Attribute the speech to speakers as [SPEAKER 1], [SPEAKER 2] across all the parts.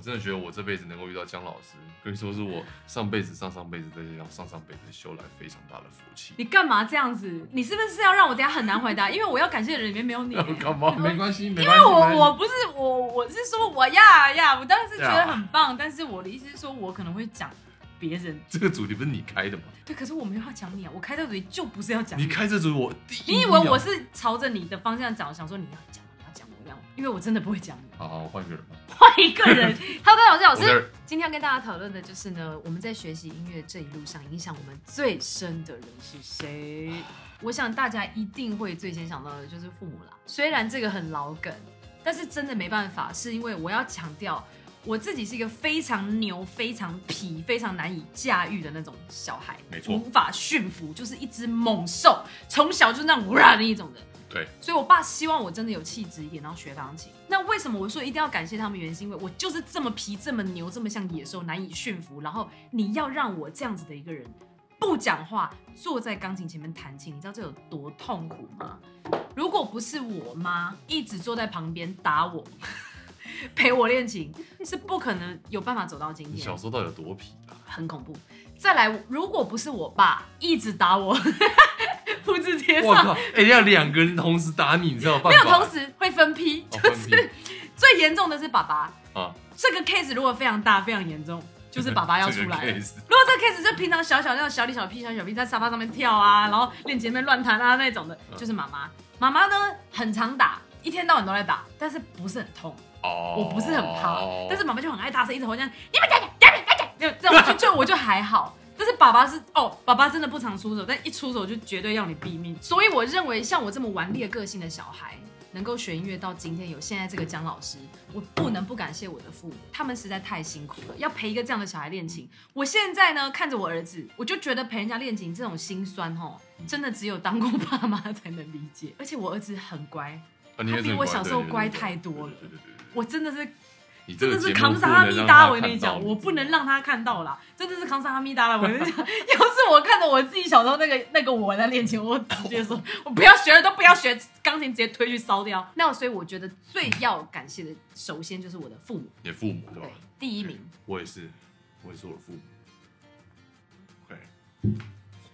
[SPEAKER 1] 真的觉得我这辈子能够遇到姜老师，可以说是我上辈子、上上辈子再加上上上辈子修来非常大的福气。
[SPEAKER 2] 你干嘛这样子？你是不是要让我等一下很难回答？因为我要感谢的人里面没有 你、欸。
[SPEAKER 1] 干嘛？
[SPEAKER 3] 没关系，没
[SPEAKER 2] 因
[SPEAKER 3] 关
[SPEAKER 2] 为
[SPEAKER 3] 系。
[SPEAKER 2] 我
[SPEAKER 3] 没
[SPEAKER 2] 我
[SPEAKER 3] 关系
[SPEAKER 2] 不是我我是说我呀呀，我当然是觉
[SPEAKER 3] 呀
[SPEAKER 2] 得很棒，但是我的意思是说，我可能会讲别人。
[SPEAKER 1] 这个主题不是你开的吗？
[SPEAKER 2] 对，可是我没有要讲你啊，我开这个主题就不是要讲
[SPEAKER 1] 你开这主题，我第一
[SPEAKER 2] 你以为我
[SPEAKER 1] 秒
[SPEAKER 2] 是朝着你的方向讲，我想说你要讲，你要讲，我要，因为我真的不会讲你。
[SPEAKER 1] 好好换一个人吧。
[SPEAKER 2] 换一个 人，
[SPEAKER 4] Hello，大家好，
[SPEAKER 1] 我
[SPEAKER 4] 我
[SPEAKER 1] 在
[SPEAKER 4] 是今天要跟大家讨论的就是呢，我们在学习音乐这一路上，影响我们最深的人是谁？我想大家一定会最先想到的就是父母啦。虽然这个很老梗，但是真的没办法，是因为我要强调，我自己是一个非常牛、非常皮、非常难以驾驭的那种小孩，
[SPEAKER 1] 没错
[SPEAKER 4] 无法驯服，就是一只猛兽，从小就那种哇的一种的。
[SPEAKER 1] 对，
[SPEAKER 4] 所以我爸希望我真的有气质一点，然后学钢琴。那为什么我说一定要感谢他们？原因是因为我就是这么皮、这么牛、这么像野兽，难以驯服。然后你要让我这样子的一个人不讲话，坐在钢琴前面弹琴，你知道这有多痛苦吗？如果不是我妈一直坐在旁边打我， 陪我练琴，是不可能有办法走到今
[SPEAKER 1] 你
[SPEAKER 4] 天
[SPEAKER 1] 小。时候到底有多皮啊？
[SPEAKER 4] 很恐怖。再来，如果不是我爸一直打我， 复制贴
[SPEAKER 1] 我
[SPEAKER 4] 上，
[SPEAKER 1] 靠！哎、要两个人同时打你，你才有办法。
[SPEAKER 4] 没有同时会分批。
[SPEAKER 1] 哦，分批
[SPEAKER 4] 最严重的是爸爸，
[SPEAKER 1] 啊，
[SPEAKER 4] 这个 case 如果非常大、非常严重，就是爸爸要出来
[SPEAKER 1] 这个
[SPEAKER 4] 了。
[SPEAKER 1] case
[SPEAKER 4] 如果这个 case 就平常小小那种小李小屁小小屁在沙发上面跳啊，然后练姐妹乱弹啊那种的，
[SPEAKER 1] 嗯
[SPEAKER 4] 就是妈妈。妈妈呢很常打，一天到晚都在打，但是不是很痛，
[SPEAKER 1] 哦，
[SPEAKER 4] 我不是很怕，但是妈妈就很爱大声一直吼这样，你们讲讲讲讲讲，没有这种就就我就还好。 但是爸爸是哦，爸爸真的不常出手，但一出手就绝对要你毙命。所以我认为像我这么顽劣个性的小孩，能够学音乐到今天有现在这个姜老师，我不能不感谢我的父母，他们实在太辛苦了，要陪一个这样的小孩练琴。我现在呢看着我儿子，我就觉得陪人家练琴这种心酸哦，真的只有当过爸妈才能理解。 而且我儿子很乖，
[SPEAKER 1] 啊你也
[SPEAKER 4] 他比
[SPEAKER 1] 是很
[SPEAKER 4] 我小时候
[SPEAKER 1] 对对对
[SPEAKER 4] 乖
[SPEAKER 1] 对
[SPEAKER 4] 太多了
[SPEAKER 1] 对对对对对
[SPEAKER 4] 我真的是
[SPEAKER 1] 你这
[SPEAKER 4] 真
[SPEAKER 1] 个
[SPEAKER 4] 的是
[SPEAKER 1] 节目
[SPEAKER 4] 扛
[SPEAKER 1] 不
[SPEAKER 4] 萨哈
[SPEAKER 1] 能
[SPEAKER 4] 密
[SPEAKER 1] 让
[SPEAKER 4] 达，
[SPEAKER 1] 他
[SPEAKER 4] 我跟你
[SPEAKER 1] 看到
[SPEAKER 4] 讲，我不能让他看到啦，真的是扛萨哈密达啦，我跟你讲， 要是我看着我自己小时候那个那个我在练琴，我直接说，我不要学了，都不要学，钢琴直接推去烧掉。那所以我觉得最要感谢的，首先就是我的父母，
[SPEAKER 1] 你的父母对吧
[SPEAKER 4] 对？，第一名。
[SPEAKER 1] 我也是，我也是我的父母。OK，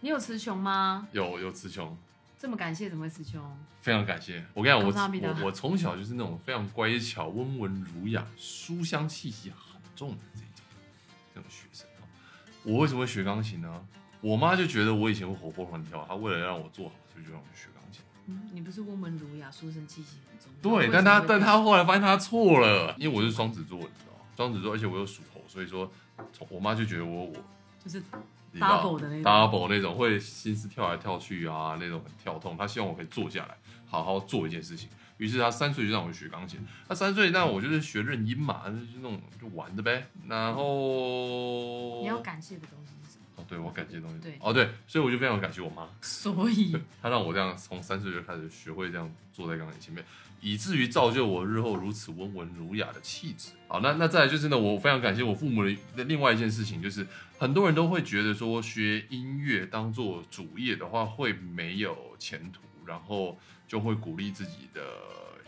[SPEAKER 4] 你有词穷吗？
[SPEAKER 1] 有有词穷，
[SPEAKER 4] 这么感谢怎么会词穷？
[SPEAKER 1] 非常感谢。我跟你
[SPEAKER 4] 感谢阿弥
[SPEAKER 1] 讲，
[SPEAKER 4] 陀
[SPEAKER 1] 我我我从小就是那种非常乖巧、温文儒雅、书香气息很重的这种这种学生哦。我为什么会学钢琴呢？我妈就觉得我以前会活蹦乱跳，她为了让我做好，所以就让我去学钢琴。
[SPEAKER 4] 嗯，你不是温文儒雅、书生气息很重？
[SPEAKER 1] 对，但她但她后来发现她错了，因为我是双子座，你知道吗？双子座，而且我有属猴，所以说从我妈就觉得我我
[SPEAKER 4] 就是
[SPEAKER 1] 你知道
[SPEAKER 4] Double 的那种
[SPEAKER 1] double 那种会心思跳来跳去啊，那种很跳动。他希望我可以坐下来，好好做一件事情。于是他三岁就让我学钢琴，他三岁那我就是学认音嘛，就是那种就玩的呗。然后
[SPEAKER 4] 你要感谢的东西是什么？
[SPEAKER 1] 哦，对我感谢东西，
[SPEAKER 4] 对
[SPEAKER 1] 哦对，所以我就非常感谢我妈，
[SPEAKER 4] 所以
[SPEAKER 1] 她让我这样从三岁就开始学会这样坐在钢琴前面，以至于造就我日后如此温文儒雅的气质。好，那那再来就是呢，我非常感谢我父母的的另外一件事情，就是很多人都会觉得说学音乐当做主业的话会没有前途，然后就会鼓励自己的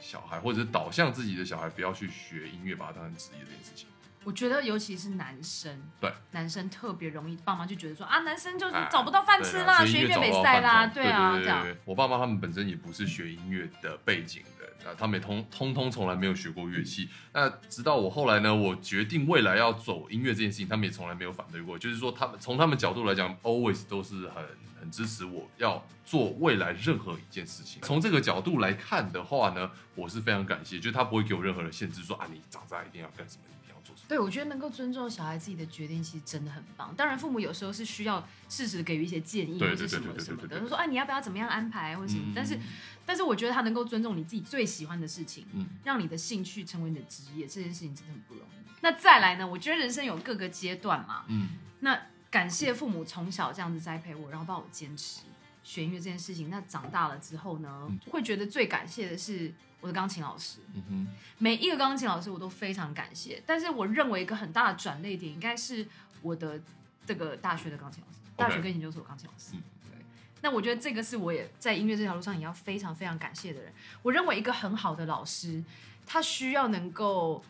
[SPEAKER 1] 小孩或者是导向自己的小孩不要去学音乐，把它当成职业这件事情。
[SPEAKER 4] 我觉得尤其是男生，
[SPEAKER 1] 对
[SPEAKER 4] 男生特别容易，爸妈就觉得说啊，男生就是
[SPEAKER 1] 哎
[SPEAKER 4] 找不到饭吃
[SPEAKER 1] 对
[SPEAKER 4] 啦，
[SPEAKER 1] 啊
[SPEAKER 4] 学
[SPEAKER 1] 学
[SPEAKER 4] 音乐
[SPEAKER 1] 找
[SPEAKER 4] 没
[SPEAKER 1] 不到
[SPEAKER 4] 赛
[SPEAKER 1] 饭
[SPEAKER 4] 啦，
[SPEAKER 1] 吃
[SPEAKER 4] 对啊，
[SPEAKER 1] 对
[SPEAKER 4] 这样
[SPEAKER 1] 对。我爸妈他们本身也不是学音乐的背景的，那他们也通通通从来没有学过乐器。那直到我后来呢，我决定未来要走音乐这件事情，他们也从来没有反对过。就是说，他们从他们角度来讲，always 都是很很支持我要做未来任何一件事情。从这个角度来看的话呢，我是非常感谢，就是他不会给我任何的限制，说啊你长大一定要干什么，一定要做什么。
[SPEAKER 4] 对，我觉得能够尊重小孩自己的决定，其实真的很棒。当然，父母有时候是需要适时给予一些建议
[SPEAKER 1] 对
[SPEAKER 4] 或
[SPEAKER 1] 对
[SPEAKER 4] 是
[SPEAKER 1] 对
[SPEAKER 4] 什么
[SPEAKER 1] 对对
[SPEAKER 4] 什么
[SPEAKER 1] 对
[SPEAKER 4] 的，
[SPEAKER 1] 对
[SPEAKER 4] 他说哎，你要不要怎么样安排或者什么
[SPEAKER 1] 嗯？
[SPEAKER 4] 但是，但是我觉得他能够尊重你自己最喜欢的事情，
[SPEAKER 1] 嗯
[SPEAKER 4] 让你的兴趣成为你的职业，这件事情真的很不容易。那再来呢？我觉得人生有各个阶段嘛，
[SPEAKER 1] 嗯，
[SPEAKER 4] 那感谢父母从小这样子栽培我，然后帮我坚持学音乐这件事情。那长大了之后呢，
[SPEAKER 1] 嗯
[SPEAKER 4] 会觉得最感谢的是我的钢琴老师，
[SPEAKER 1] 嗯哼，
[SPEAKER 4] 每一个钢琴老师我都非常感谢。但是我认为一个很大的转捩点应该是我的这个大学的钢琴老师，大学跟研究所的钢琴老师。
[SPEAKER 1] 嗯
[SPEAKER 4] 对，那我觉得这个是我也在音乐这条路上也要非常非常感谢的人。我认为一个很好的老师，他需要能够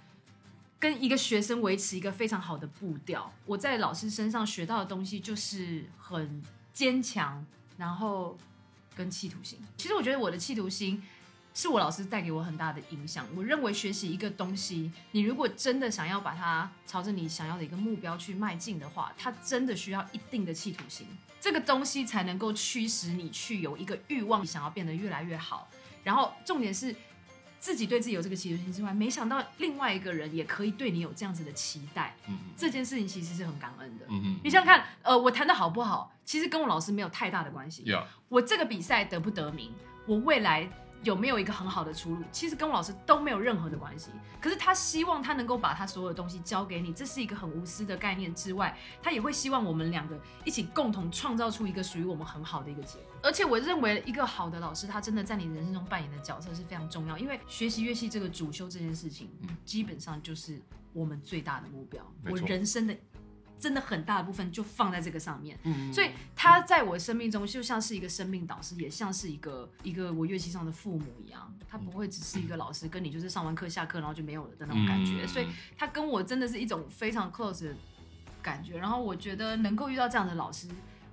[SPEAKER 4] 跟一个学生维持一个非常好的步调。我在老师身上学到的东西就是很坚强，然后跟企图心。其实我觉得我的企图心是我老师带给我很大的影响。我认为学习一个东西，你如果真的想要把它朝着你想要的一个目标去迈进的话，它真的需要一定的企图心，这个东西才能够驱使你去有一个欲望，想要变得越来越好。然后重点是自己对自己有这个企图心之外，没想到另外一个人也可以对你有这样子的期待，
[SPEAKER 1] 嗯
[SPEAKER 4] 这件事情其实是很感恩的。
[SPEAKER 1] 嗯
[SPEAKER 4] 你想想看，呃，我弹的好不好，其实跟我老师没有太大的关系。
[SPEAKER 1] 呀，
[SPEAKER 4] 我这个比赛得不得名，我未来有没有一个很好的出路，其实跟我老师都没有任何的关系。可是他希望他能够把他所有的东西交给你，这是一个很无私的概念之外，他也会希望我们两个一起共同创造出一个属于我们很好的一个结果。而且我认为一个好的老师，他真的在你人生中扮演的角色是非常重要，因为学习乐器这个主修这件事情，
[SPEAKER 1] 嗯
[SPEAKER 4] 基本上就是我们最大的目标。
[SPEAKER 1] 没
[SPEAKER 4] 我
[SPEAKER 1] 错
[SPEAKER 4] 人生的真的很大的部分就放在这个上面。
[SPEAKER 1] 嗯
[SPEAKER 4] 所以他在我生命中就像是一个生命导师，也像是一个一个我乐器上的父母一样，他不会只是一个老师，跟你就是上完课下课然后就没有了的那种
[SPEAKER 1] 嗯
[SPEAKER 4] 感觉。所以他跟我真的是一种非常 close 的感觉。然后我觉得能够遇到这样的老师，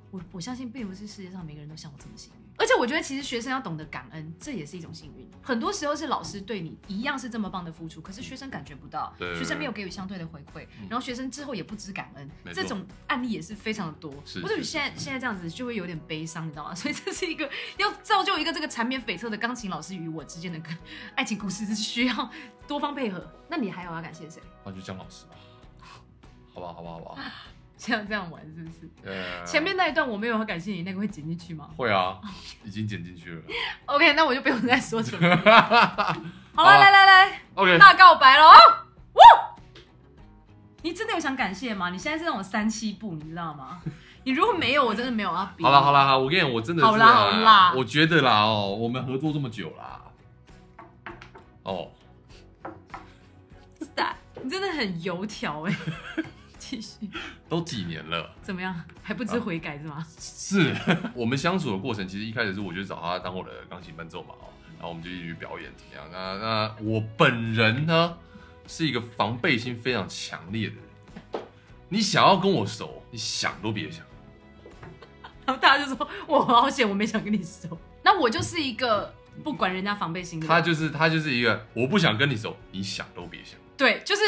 [SPEAKER 4] 我我相信并不是世界上每个人都像我这么幸运。而且我觉得其实学生要懂得感恩，这也是一种幸运。很多时候是老师对你一样是这么棒的付出，可是学生感觉不到，
[SPEAKER 1] 对
[SPEAKER 4] 学生没有给予相对的回馈
[SPEAKER 1] 嗯，
[SPEAKER 4] 然后学生之后也不知感恩
[SPEAKER 1] 没，错
[SPEAKER 4] 这种案例也是非常的多。
[SPEAKER 1] 是
[SPEAKER 4] 我对
[SPEAKER 1] 是
[SPEAKER 4] 于现在现在这样子就会有点悲伤，你知道吗？ 所以这是一个要造就一个这个缠绵悱恻的钢琴老师与我之间的个爱情故事，是需要多方配合。那你还有要感谢谁？
[SPEAKER 1] 那就江老师吧，好吧，好吧，好吧，
[SPEAKER 4] 像这样玩是不是？
[SPEAKER 1] 呃，
[SPEAKER 4] 前面那一段我没有要感谢你，那个会剪进去吗
[SPEAKER 1] 会啊，已经剪进去了。
[SPEAKER 4] ？OK，那我就不用再说 什么了。好了，来来来，
[SPEAKER 1] OK，
[SPEAKER 4] 大告白了哦！哇，你真的有想感谢吗？你现在是让我三七步，你知道吗？你如果没有，我真的没有要比。
[SPEAKER 1] 好了好了好啦，我跟你讲，我真的是啊
[SPEAKER 4] 好啦好啦
[SPEAKER 1] 我觉得啦哦，我们合作这么久啦，哦，
[SPEAKER 4] 了，你真的很油条哎、继续。
[SPEAKER 1] 都几年了。
[SPEAKER 4] 怎么样？还不知悔改是吗？
[SPEAKER 1] 是 我们相处的过程，其实一开始是我就找他当我的钢琴伴奏嘛，哦，然后我们就一起去表演怎么样？那那我本人呢，是一个防备心非常强烈的人，你想要跟我熟，你想都别想。
[SPEAKER 4] 然后大家就说：“我好险，我没想跟你熟。”那我就是一个不管人家防备心的人。
[SPEAKER 1] 他就是他就是一个我不想跟你熟，你想都别想。
[SPEAKER 4] 对，就是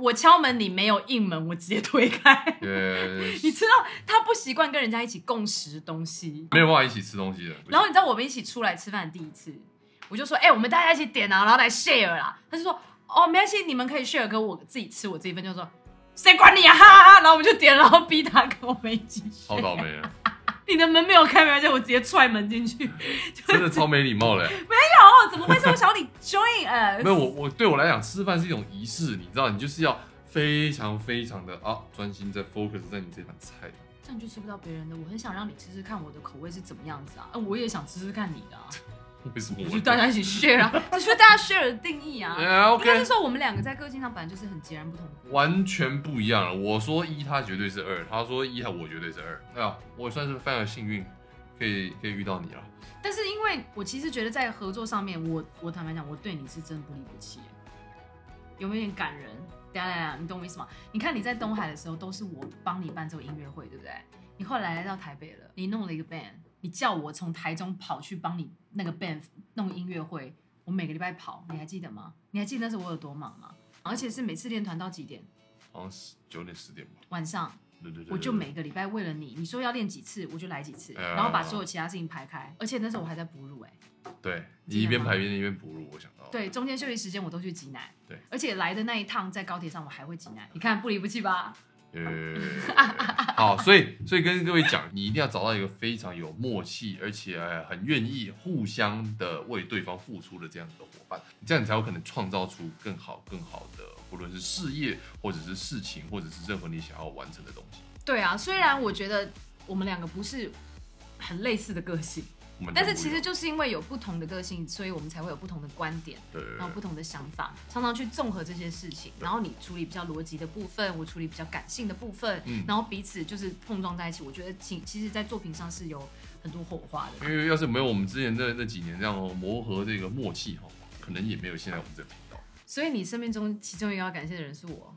[SPEAKER 4] 我敲门，你没有应门，我直接推开。
[SPEAKER 1] 呃，
[SPEAKER 4] 你知道他不习惯跟人家一起共食东 西。
[SPEAKER 1] 没有办法一起吃东西的。
[SPEAKER 4] 然后你知道我们一起出来吃饭的第一次，我就说：“哎、我们大家一起点啊，然后来 share 啦。”他就说：“哦，没关系，你们可以 share，可我自己吃我这一份。”就说。谁管你啊！哈哈哈！然后我们就点，然后逼他跟我们一起 share。
[SPEAKER 1] 超倒霉的，
[SPEAKER 4] 你的门没有开，没关系，我直接踹门进去。
[SPEAKER 1] 真的超没礼貌的。
[SPEAKER 4] 哦，怎么会是我想要你 join 呃？
[SPEAKER 1] 没有我，我对我来讲，吃饭是一种仪式，你知道，你就是要非常非常的啊，专心在 focus 在你这盘菜。
[SPEAKER 4] 这样就吃不到别人的。我很想让你吃吃看我的口味是怎么样子啊，呃、我也想吃吃看你的、啊，
[SPEAKER 1] 为什么
[SPEAKER 4] 就
[SPEAKER 1] 我？
[SPEAKER 4] 是大家一起 share 啊，这就是大家 share 的定义啊。
[SPEAKER 1] 哎呀
[SPEAKER 4] 应该
[SPEAKER 1] ，OK，
[SPEAKER 4] 是说我们两个在个性上本来就是很截然不同的。
[SPEAKER 1] 完全不一样了。我说一，他绝对是二；他说一，我绝对是二。哎呀，我算是非常幸运，可以可以遇到你了。
[SPEAKER 4] 但是因为我其实觉得在合作上面，我我坦白讲，我对你是真的不离不弃，有没有点感人？等一下等一下，你懂我意思吗？你看你在东海的时候，都是我帮你伴奏音乐会，对不对？你后来来到台北了，你弄了一个 band，你叫我从台中跑去帮你那个 band 弄音乐会，我每个礼拜跑，你还记得吗？你还记得那时候我有多忙吗？而且是每次练团到几点？
[SPEAKER 1] 好像是九点十点吧。
[SPEAKER 4] 晚上，
[SPEAKER 1] 对对对对
[SPEAKER 4] 我就每个礼拜为了你，你说要练几次，我就来几次，
[SPEAKER 1] 哎呀
[SPEAKER 4] 然后把所有其他事情排开。而且那时候我还在哺乳、哎。
[SPEAKER 1] 对你一边排便一边哺乳，我想到。
[SPEAKER 4] 对，中间休息时间我都去挤奶。
[SPEAKER 1] 哦对，
[SPEAKER 4] 而且来的那一趟在高铁上我还会挤奶，你看不离不弃吧？
[SPEAKER 1] 呃，好，所以所以跟各位讲，你一定要找到一个非常有默契，而且呃很愿意互相的为对方付出的这样子的伙伴，这样你才有可能创造出更好更好的，不论是事业或者是事情，或者是任何你想要完成的东西。
[SPEAKER 4] 对啊，虽然我觉得我们两个不是很类似的个性，
[SPEAKER 1] 我们
[SPEAKER 4] 但是
[SPEAKER 1] 都不
[SPEAKER 4] 其
[SPEAKER 1] 一
[SPEAKER 4] 实
[SPEAKER 1] 样
[SPEAKER 4] 就是因为有不同的个性，所以我们才会有不同的观点，
[SPEAKER 1] 对
[SPEAKER 4] 然后哦不同的想法，常常去综合这些事情，然后你处理比较逻辑的部分，我处理比较感性的部分，
[SPEAKER 1] 嗯
[SPEAKER 4] 然后彼此就是碰撞在一起。我觉得其其实，在作品上是有很多火花的。
[SPEAKER 1] 因为要是没有我们之前那那几年这样磨合这个默契哈，可能也没有现在我们这个频道。
[SPEAKER 4] 所以你生命中其中一个要感谢的人是我。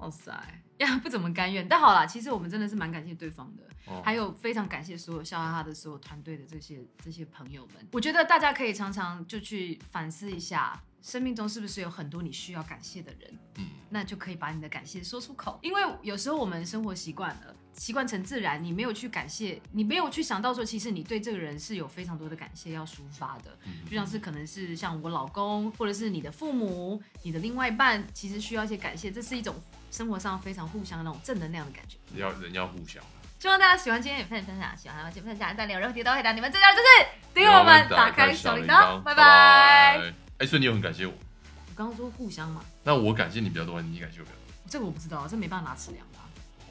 [SPEAKER 4] 哇塞， 呀，不怎么甘愿，但好啦，其实我们真的是蛮感谢对方的。
[SPEAKER 1] 哦
[SPEAKER 4] 还有非常感谢所有笑哈哈的所有团队的这些这些朋友们，我觉得大家可以常常就去反思一下，生命中是不是有很多你需要感谢的人，
[SPEAKER 1] 嗯，
[SPEAKER 4] 那就可以把你的感谢说出口，因为有时候我们生活习惯了，习惯成自然，你没有去感谢，你没有去想到说，其实你对这个人是有非常多的感谢要抒发的，
[SPEAKER 1] 嗯
[SPEAKER 4] 就像是可能是像我老公，或者是你的父母、你的另外一半，其实需要一些感谢，这是一种生活上非常互相的那种正能量的感觉。
[SPEAKER 1] 要人要互相。
[SPEAKER 4] 希望大家喜欢今天影片的分享，喜欢我们节目分享，再留任何题都回答。你们最重要就是给我们打开小铃铛，拜拜。。
[SPEAKER 1] 哎，所以你有很感谢我，
[SPEAKER 4] 我刚刚说互相嘛，
[SPEAKER 1] 那我感谢你比较多，还是你感谢我比较多？
[SPEAKER 4] 这个我不知道，这没办法拿尺量吧？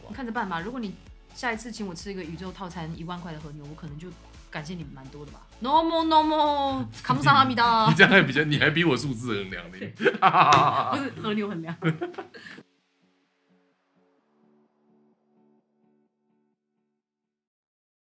[SPEAKER 4] 你啊看着办吧。如果你下一次请我吃一个宇宙套餐一万块的和牛，我可能就感谢你们蛮多的吧。No more, no more，卡木萨拉米达
[SPEAKER 1] 你，这样还比较，你还比我数字很量力。
[SPEAKER 4] 不是和牛很凉。